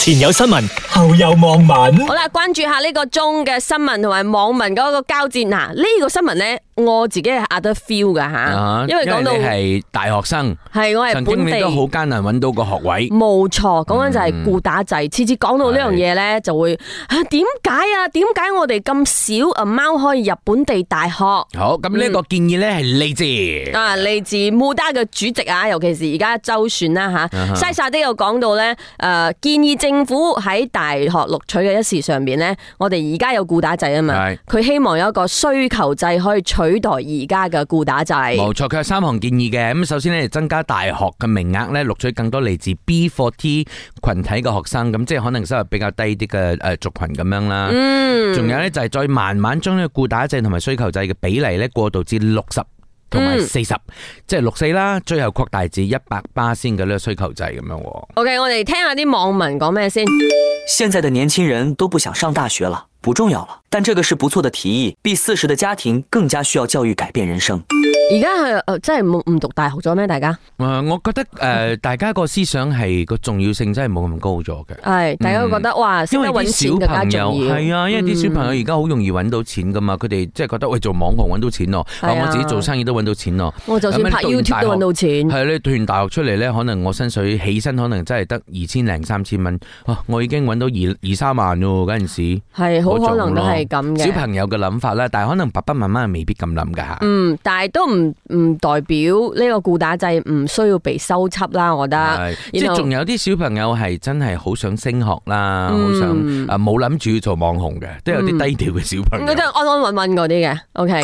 前有新聞，後有網民。好啦，關注下呢個鐘嘅新聞同埋網民嗰個交戰。嗱，呢個新聞咧，我自己係 other feel 噶吓，因為講到啊你係大學生，係我係曾經本你都好嗯地。艱難揾到個學位。冇錯，講緊就係固打制，次次講到呢樣嘢咧，就會啊點解啊？點解我哋咁少啊貓可以入本地大學好，嗯咁呢個建議咧係嚟自啊？嚟自 MUDA 嘅主席啊，尤其是而家周旋啦啊吓，西沙都有講到咧，誒建議政府喺大學錄取嘅一事上邊咧，我哋而家有固打制啊嘛。係佢希望有一個需求制可以取代而家嘅固打制。冇錯，佢有三項建議嘅。咁首先咧，增加大學嘅名額咧，錄取更多嚟自 B40 群體嘅學生，咁即係可能收入比較低啲嘅誒族群咁樣啦。嗯，仲有咧就係再慢慢將呢個固打制同埋需求制嘅比例咧過渡至六十。同嗯埋四十，即係六四啦，最後擴大至一百巴先嘅呢個需求制咁樣喎。 OK，我哋聽下啲網民講咩先。现在的年轻人都不想上大学了，不重要了。但这个是不错的提议，B 四十的家庭更加需要教育改变人生。而家係呃真係冇唔讀大學咗咩？大家誒、我覺得誒、呃大家個思想係個重要性真係冇咁高咗嘅。係大家都覺得哇，嗯識因得為揾錢啲小更加朋重友要。嗯係啊，因為啲小朋友而家好容易揾到錢噶嘛，佢哋即係覺得喂做網紅揾到錢咯，係啊啊我自己做生意都揾到錢咯。我就算咁樣拍讀完 YouTube 大學都揾到錢。係你讀完大學出嚟咧，可能我薪水起身可能真係得二千零三千蚊，啊我已經揾到二二三萬咯嗰陣時。係好可能都係嗰咁種咯小嘅。朋友嘅諗法啦，但係可能爸爸媽媽未必咁諗噶嚇。嗯，但係都唔唔代表呢個固打制唔需要被收葺啦，我覺得。係即係仲有啲小朋友係真係好想升學啦，好、想啊冇諗住做網紅嘅，都有啲低調嘅小朋應友。該都係安安穩穩嗰啲嘅。OK，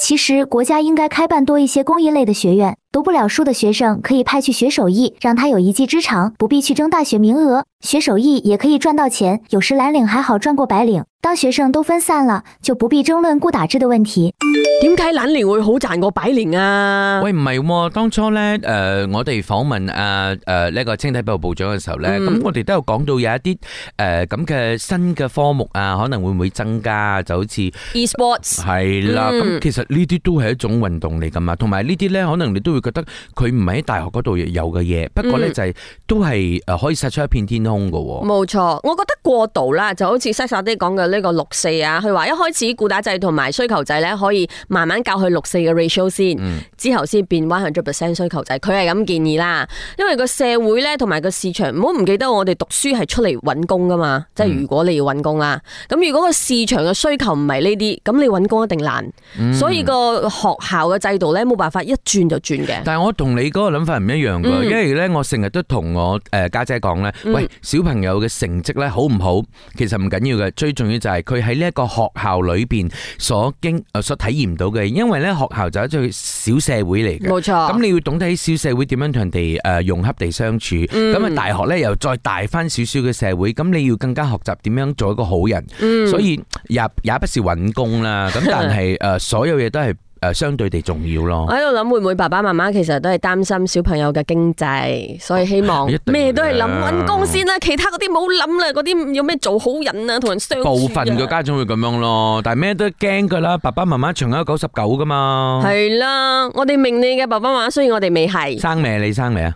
其实国家应该开办多一些工艺类的学院，读不了书的学生可以派去学手艺，让他有一技之长，不必去争大学名额。学手艺也可以赚到钱，有时蓝领还好赚过白领。当学生都分散了，就不必争论固打制的问题。點解懶年會好賺過擺年啊？喂，唔係喎，當初咧，誒、我哋訪問啊誒呢個青體部部長嘅時候咧，咁、我哋都有講到有一啲誒咁嘅新嘅科目啊，可能會唔會增加啊？就好似 E esports 係啦，咁、嗯其實呢啲都係一種運動嚟噶嘛，同埋呢啲咧，可能你都會覺得佢唔係喺大學嗰度有嘅嘢，不過咧、嗯就係都係誒可以殺出一片天空嘅喎。冇錯，我覺得過度啦，就好似西沙啲講嘅呢個六四啊，佢話一開始固打制同埋需求制咧，可以慢慢教佢六四嘅 ratio 先，之後先變 one hundred percent 需求制。佢係咁建議啦，因為個社會咧同埋個市場，唔好唔記得我哋讀書係出嚟揾工噶嘛，即係如果你要揾工啦，咁、如果個市場嘅需求唔係呢啲，咁你揾工一定難，所以個學校嘅制度咧冇辦法一轉就轉嘅。但係我同你嗰個諗法唔一樣㗎，嗯因為咧我成日都同我誒家姐講咧，喂小朋友嘅成績咧好唔好，其實唔緊要嘅，最重要就係佢喺呢一個學校裏邊所經誒所體驗到嘅，因為咧學校就係一個小社會嚟嘅。冇錯，咁你要懂得喺小社會點樣同人哋誒融洽地相處，咁啊、大學咧又再大翻少少嘅社會，咁你要更加學習點樣做一個好人，所以也也不是揾工啦，咁但 係誒、呃所有嘢都係誒相對地重要咯。我喺度諗會唔會爸爸媽媽其實都係擔心小朋友嘅經濟，所以希望一定嘅咩都係諗揾工先啦，其他嗰啲冇諗啦，嗰啲有咩做好人啊，同人相處啊部分嘅家長會咁樣咯，但係咩都驚噶啦，爸爸媽媽長咗九十九噶嘛，係啦，我哋明你嘅爸爸媽媽，雖然我哋未係，誒、生未你生未啊？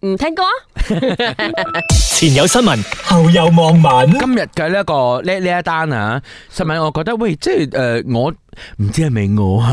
唔 聽歌啊。前有新聞，後有網民。今日嘅呢一個呢呢一單啊新聞，我覺得喂，即係诶、呃我唔知係咪我吓、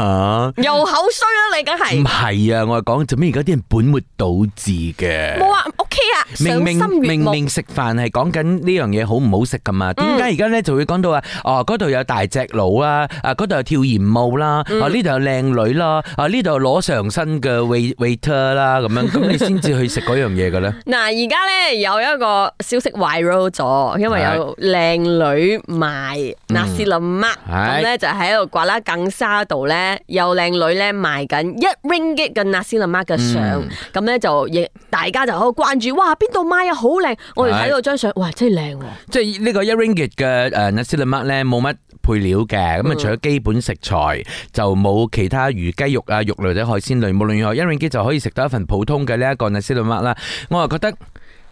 又口衰啦，你梗唔係係啊，我係講做咩而家啲人本末倒置嘅。冇啊，OK 啊，明賞心明悅明目。明食飯係講緊呢樣嘢好唔好食噶嘛？點解而家咧就會講到啊？哦，嗰度有大隻佬啦，啊嗰度有跳豔舞啦，啊呢度有靚女啦，啊呢度有攞上身嘅 wait waiter 啦，咁樣咁你先至去食嗰樣嘢嘅咧？嗱，而家咧有一個消息 viral 咗，因為有靚女賣納斯林麥，咁係咧就喺度瓜啦更沙度咧，有靚女咧賣緊一 ringgit 嘅納斯林麥嘅相，咁咧就亦大家就好關注，哇邊度買啊好靚！我哋睇到張相，哇真係靚喎，即係呢個一 ringgit 嘅誒 nasi lemak 咧冇乜。配料嘅咁啊，除咗基本食材，就冇其他魚、雞肉啊、肉類或者海鮮類。無論如何，一 ringgit 就可以食到一份普通嘅呢一個 nasi lemak 啦。我又覺得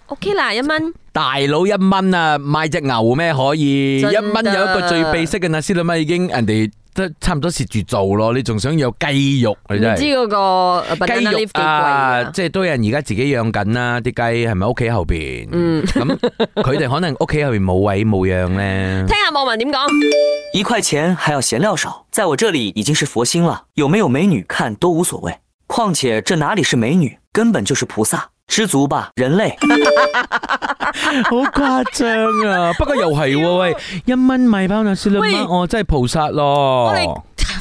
OK 啦一蚊，大佬一蚊啊，買只牛咩可以？真㗎一蚊有一個最秘式嘅那斯啦嘛，已經人哋都差唔多蝕住做咯，你仲想有雞肉，你真唔係知。嗰個呃 banana leaf 幾貴啊，㗎即係都有人而家自己養緊啦，啲雞係咪屋企後邊？咁佢哋可能屋企後邊冇位冇 養咧。聽下網民點講。一块钱还要嫌料少，在我这里已经是佛心了，有没有美女看都无所谓。况且这哪里是美女，根本就是菩萨，知足吧，人类。好誇張啊！不過又係喎，喂，一蚊米包兩少兩喂蚊，我真係菩薩咯我。哋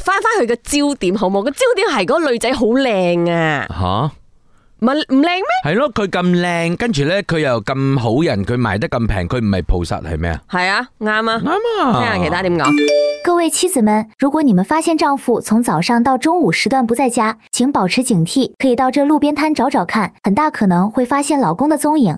翻翻去個焦點好冇？個焦點係嗰個女仔好靚啊，吓，唔係唔靚咩？係咯，佢咁靚，跟住咧佢又咁好人，佢賣得咁平，佢唔係菩薩係咩啊？係啊，啱啊。啱啊！聽下其他點講。各位妻子们，如果你们发现丈夫从早上到中午时段不在家，请保持警惕，可以到这路边摊找找看，很大可能会发现老公的踪影。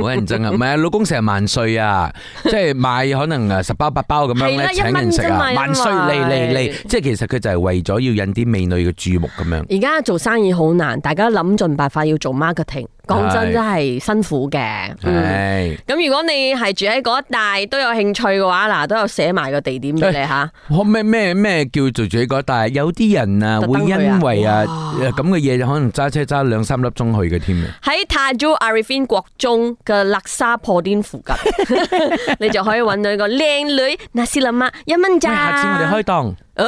好认真啊！唔系啊，老公成日萬歲 啊，即係買可能诶十包八包咁樣係咧啦請人食啊，一蚊萬啫歲嘛嚟因為嚟嚟！即係其實佢就係為咗要引啲美女嘅注目咁樣。而家做生意好難，大家諗盡辦法要做 marketing。講真係真係辛苦嘅。嗯唉，咁如果你係住喺嗰一帶都有興趣嘅話，嗱都有寫埋個地點俾 你吓。我咩咩咩叫做自己嗰但係有啲人啊特會登去啊因為啊哇呃咁嘅嘢，可能揸車揸兩三粒鐘去嘅添嘅。喺 Tajul Arifin 國中嘅勒沙破甸 附近，你就可以揾到一個靚女那斯林媽一蚊喂，咋。下次我哋開檔，啊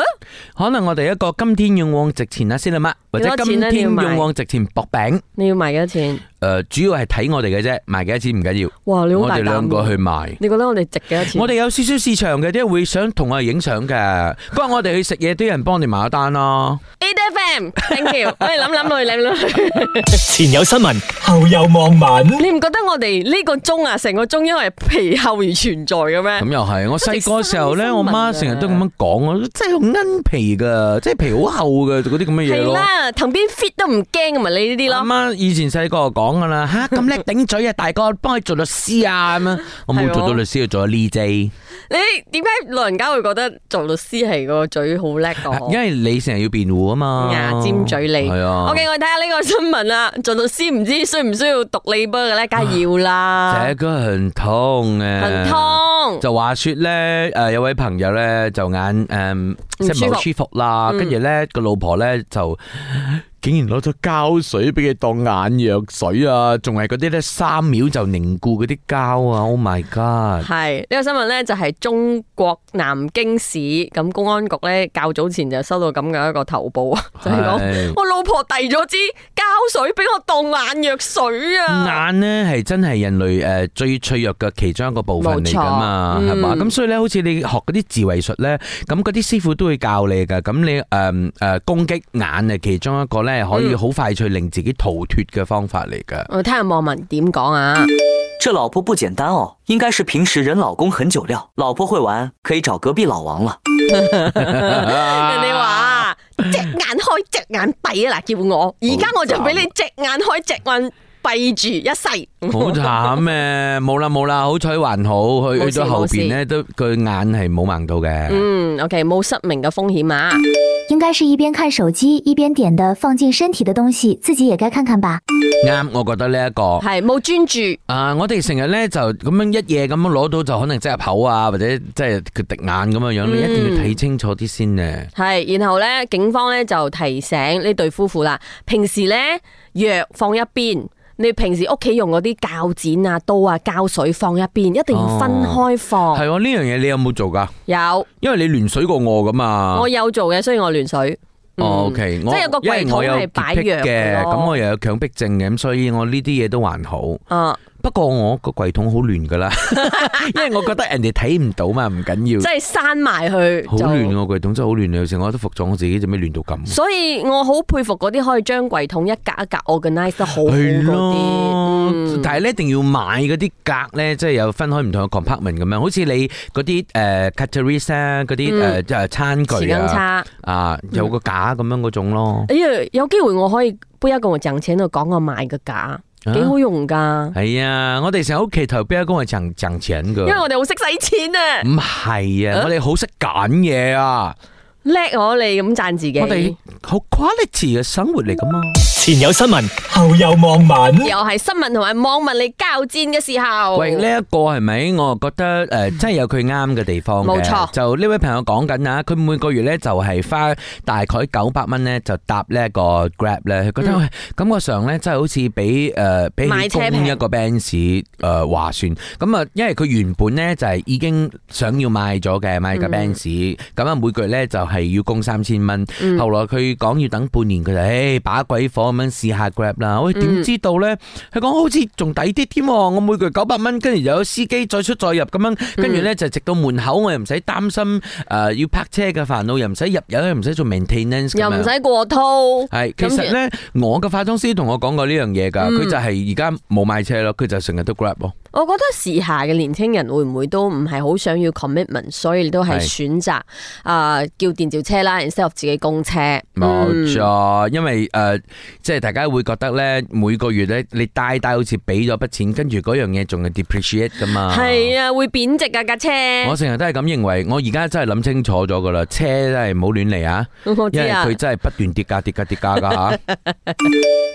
可能我哋一個今天勇往直前啊，先啦乜，或者幾多今錢啊天你要賣勇往直前薄餅。你要賣幾多錢？诶，主要係睇我哋嘅啫，賣幾多錢唔緊要。哇你好我大哋膽兩個喎去賣。你覺得我哋值幾多錢？我哋有少少市場嘅，啲人會想同我哋影相嘅。嗰日我哋去食嘢，都有人幫你埋一單 咯。 A D F M，thank you。我哋諗諗去，諗諗去。前有新聞，後有網民，你唔覺得我哋呢個鐘啊，成個鐘因為皮厚而存在嘅咁咩？又係，我細個嘅時候咧，食生我媽新聞啊成日都咁樣講，我嗯真係好奀皮噶，即係皮好厚嘅嗰啲咁嘅嘢係咯。啦，藤邊 fit 都唔驚㗎嘛，你呢啲阿咯。媽以前細個就講噶 啦，吓咁叻頂嘴啊，大個幫佢做律師啊咁樣。我冇係喎做到律師，做咗 l j 你點解老人家會覺得做律師係個嘴好叻過 我因為你成日要辯護啊嘛。牙哦尖嘴利。係啊。 OK，我哋睇下呢個新聞啦。做律師唔知需唔需要讀 labour 嘅咧？梗係要啦這。個很痛啊。行通。就話說咧，诶、有位朋友咧就眼诶、誒即係唔係好舒服嗯啦，跟住咧個老婆咧就竟然攞咗膠水俾佢當眼藥水啊，仲係嗰啲咧三秒就凝固嗰啲膠啊！Oh my god！係呢、個新聞呢，就係中國南京市咁公安局呢，較早前就收到咁嘅一個投報啊，就係講係我老婆遞咗支膠水俾我當眼藥水啊！眼咧係真係人類诶最脆弱嘅其中一個部分嚟㗎嘛，冇錯係嘛？嗯咁所以咧，好似你學嗰啲自衛術咧，咁嗰啲師傅都會教你㗎。咁你诶诶攻擊眼係其中一個咧，可以好快脆令自己逃脱嘅方法嚟 㗎。我睇下網民點講啊！这老婆不简单哦，应该是平时忍老公很久料，老婆会玩，可以找隔壁老王了。啊人哋話隻眼開隻眼閉啊！嗱，叫我而家我就俾你隻眼開隻眼閉住一世。嗯好慘咩？冇啦冇啦，好彩還好，去冇事去到後邊咧都佢眼係冇盲到嘅。嗯，OK，冇失明嘅風險啊！应该是一边看手机一边点的放进身体的东西，自己也该看看吧。啱，我覺得呢一個。係冇專注。啊！我哋成日咧就咁樣一夜咁樣攞到就可能即入口啊，或者即係佢滴眼咁樣樣，嗯你一定要睇清楚啲先咧。係，然後咧，警方咧就提醒呢對夫婦啦，平時咧藥放一邊，你平時屋企用嗰啲鉸剪啊、刀啊、膠水放一邊，一定要分開放。係喎，呢樣嘢你有冇做噶？有，因為你聯水過我噶嘛。我有做嘅，雖然我亂水。啊嗯哦，OK，我即係有個因為櫃桶我有係擺藥潔癖嘅，咯咁我又有強迫症嘅，咁所以我呢啲嘢都還好。啊，不過我個櫃桶好亂噶 啦，因為我覺得人哋睇唔到嘛，唔緊要即。係閂埋去好就亂個櫃桶真係好亂，有時我都服咗我自己，做咩亂到咁？所以我好佩服嗰啲可以將櫃桶一格一格 organize 得好好係嗰嗯咯，啲。但係咧一定要買嗰啲格咧，即係有分開唔同嘅 compartment 咁樣，好似你嗰啲誒 cutleries 啊，嗰啲誒誒餐嗯匙具羹嗯啊，叉，啊有個架咁樣嗰種咯。哎呀，有機會我可以不一個我掙錢度講我買嘅架，幾好用㗎。啊係啊，我哋成日屋企頭邊一公係賺賺錢因為㗎。我哋好識使錢啊。唔係啊，我哋好識揀嘢啊！叻我你咁讚自己。我哋好 quality 嘅生活嚟噶嘛。前有新聞，後有網民。又係新聞同埋網民嚟交戰嘅時候。喂，呢、一個係咪？我覺得诶、呃真係有佢啱嘅地方嘅冇錯就呢位朋友講緊啊，佢每個月咧就係花大概九百蚊咧，就搭呢一個 Grab 咧，佢覺得、喂感覺上咧真係好似比诶比嗯買起車平供一個 Benz 诶、呃、划算。咁啊，因為佢原本咧就係已經想要買咗嘅買架 Benz，咁啊、每個月咧就係要供三千蚊。後來佢講要等半年，佢就诶把鬼火咁樣試下 Grab 啦。喂，點知道咧？佢講好似仲抵啲添喎，我每個月九百蚊，跟住又有司機再出再入咁樣，跟住咧就直到門口我又唔使擔心诶、呃要泊車嘅煩惱，又唔使入油，又唔使做 maintenance，咁又唔樣使過套。係，其實咧，我嘅化妝師同我講過呢樣嘢㗎，嗯佢、就係而家冇買車咯，佢就成日都 grab 咯。我覺得時下嘅年青人會唔會都唔係好想要 commitment，所以都係選擇啊、叫電召車啦，instead of 自己公車。冇嗯錯，因為诶、呃即係大家會覺得咧，每個月咧你帶帶好似俾咗筆錢，跟住嗰樣嘢仲係 depreciate 㗎嘛。係啊，會貶值啊架車。我成日都係咁認為，我而家真係諗清楚咗㗎啦，車真係唔好亂嚟啊！ 我知因為啊佢，真係不斷跌價、跌價、跌價㗎 吓。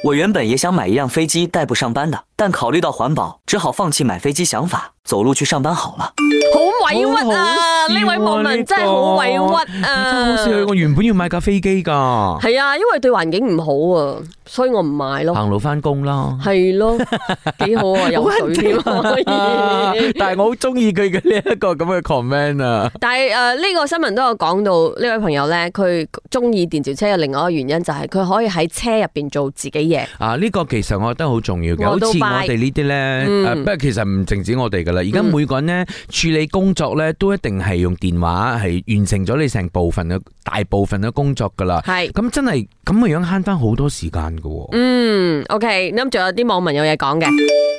我原本也想买一辆飞机代步上班的，但考虑到环保，只好放弃买飞机想法，走路去上班好了。好委屈啊！好好笑呢位網呢民個真係好委屈真係好笑，啊！我原本要買架飛機㗎，係啊，因為對環境唔好啊，所以我唔買咯。行路翻工啦。係咯，幾 好啊，有水添啊可以。但係我好中意佢嘅呢一個咁嘅 comment 啊。但係誒呢個新聞都有講到呢位朋友咧，佢中意電召車嘅另外一個原因就係佢可以喺車入邊做自己嘢。啊！呢、個其實我覺得好重要嘅，好我似都我 buy 哋呢啲咧，嗯誒不過其實唔淨止我哋噶啦，而家每個人咧處理工作咧都一定係用電話係完成咗你成部分嘅大部分嘅工作噶啦。係咁真係咁嘅樣慳翻好多時間噶喎。嗯，OK，咁仲有啲網民有嘢講嘅，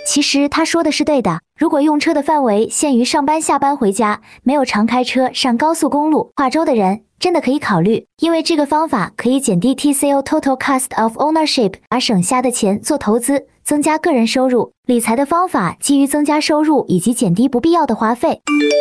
其实他说的是对的。如果用车的范围限于上班、下班、回家，没有常开车上高速公路、跨州的人，真的可以考虑，因为这个方法可以减低 TCO (Total Cost of Ownership)，把省下的钱做投资，增加个人收入。理财的方法基于增加收入以及减低不必要的花费。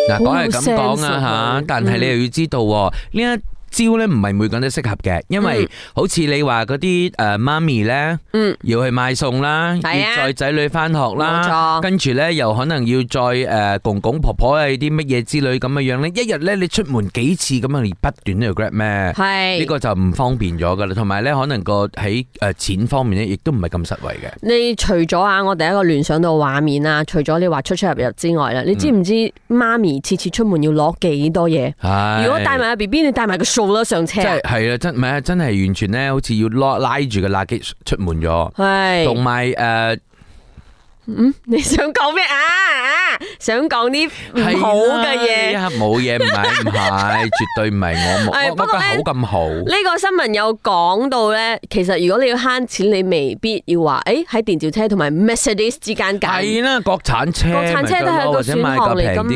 嗱，好講係咁講 sense 啊啊嚇，但係你又要知道喎呢一。招咧唔係每個人都適合嘅，因為好似你話嗰啲誒媽咪咧，嗯要去買餸啦，係啊要載仔女翻學啦，冇錯跟住咧又可能要載誒公公婆婆啊啲乜嘢之類咁嘅樣咧，一日咧你出門幾次咁啊，你不斷喺度 grab 咩？係呢個就唔方便咗噶啦，同埋咧可能個喺誒錢方面咧，亦都唔係咁實惠嘅。你除咗啊，我第一個聯想到畫面啊，除咗你話出出入入之外嗯啦，你知唔知媽咪次次出門要攞幾多嘢？係如果帶埋阿 B B，你帶埋個數啦上車即啊係，係啊，真唔係啊真係完全咧，好似要拉拉住個 luggage 出門咗。同係埋呃誒 你想講咩啊？啊想講啲唔好嘅嘢。冇嘢唔係唔係，絕對唔係我 係冇我不我過個呢口咁好。呢個新聞有講到咧，其實如果你要慳錢，你未必要話誒喺電召車同埋 Mercedes 之間揀。係啊啦，國產車國產車都咪得係個咯或者買架平啲咁樣選項嚟㗎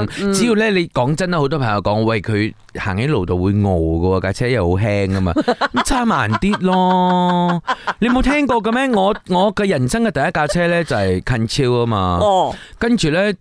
嘛樣。嗯只要咧，你講真啦，好多朋友講，喂佢行喺路度會傲嘅喎，架車又好輕噶嘛， 咁揸慢啲咯。你冇聽過嘅咩？我我嘅人生嘅第一架車咧就係近超啊嘛，哦，跟住咧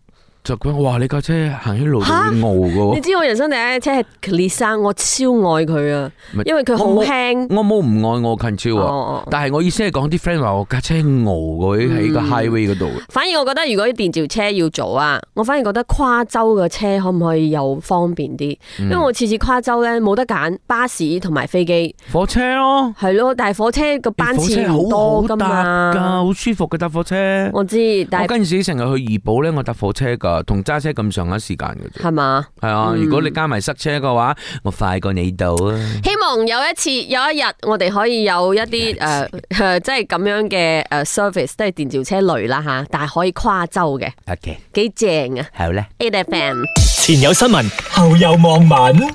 就講哇你架車行喺路度會嚇傲嘅喎你。知我人生第一車係 c l i s a 我超愛佢啊咪，因為佢好我輕。我冇唔愛我近超啊，哦哦嗯但係我意思係講啲 friend 話我架車傲嘅喺個 highway 嗰度，反而我覺得如果電召車要做啊，我反而覺得跨州嘅車可唔可以又方便啲？嗯因為我次次跨州咧冇得揀巴士同埋飛機，火車咯，係咯，但係火車個班火次車唔好好多㗎搭㗎，嘛。好舒服嘅搭火車。我知，但我係嗰陣時成日去怡保咧，我搭火車㗎，同揸車咁上下時間嘅啫。係嘛？係啊，嗯如果你加埋塞車嘅話，我快過你到啊！希望有一次有一日，我哋可以有一啲诶诶， 即係咁樣嘅诶 service，都係電召車類啦吓，但係可以跨州嘅， OK，幾正啊好咧。 ！A F M。前有新聞，後有網民。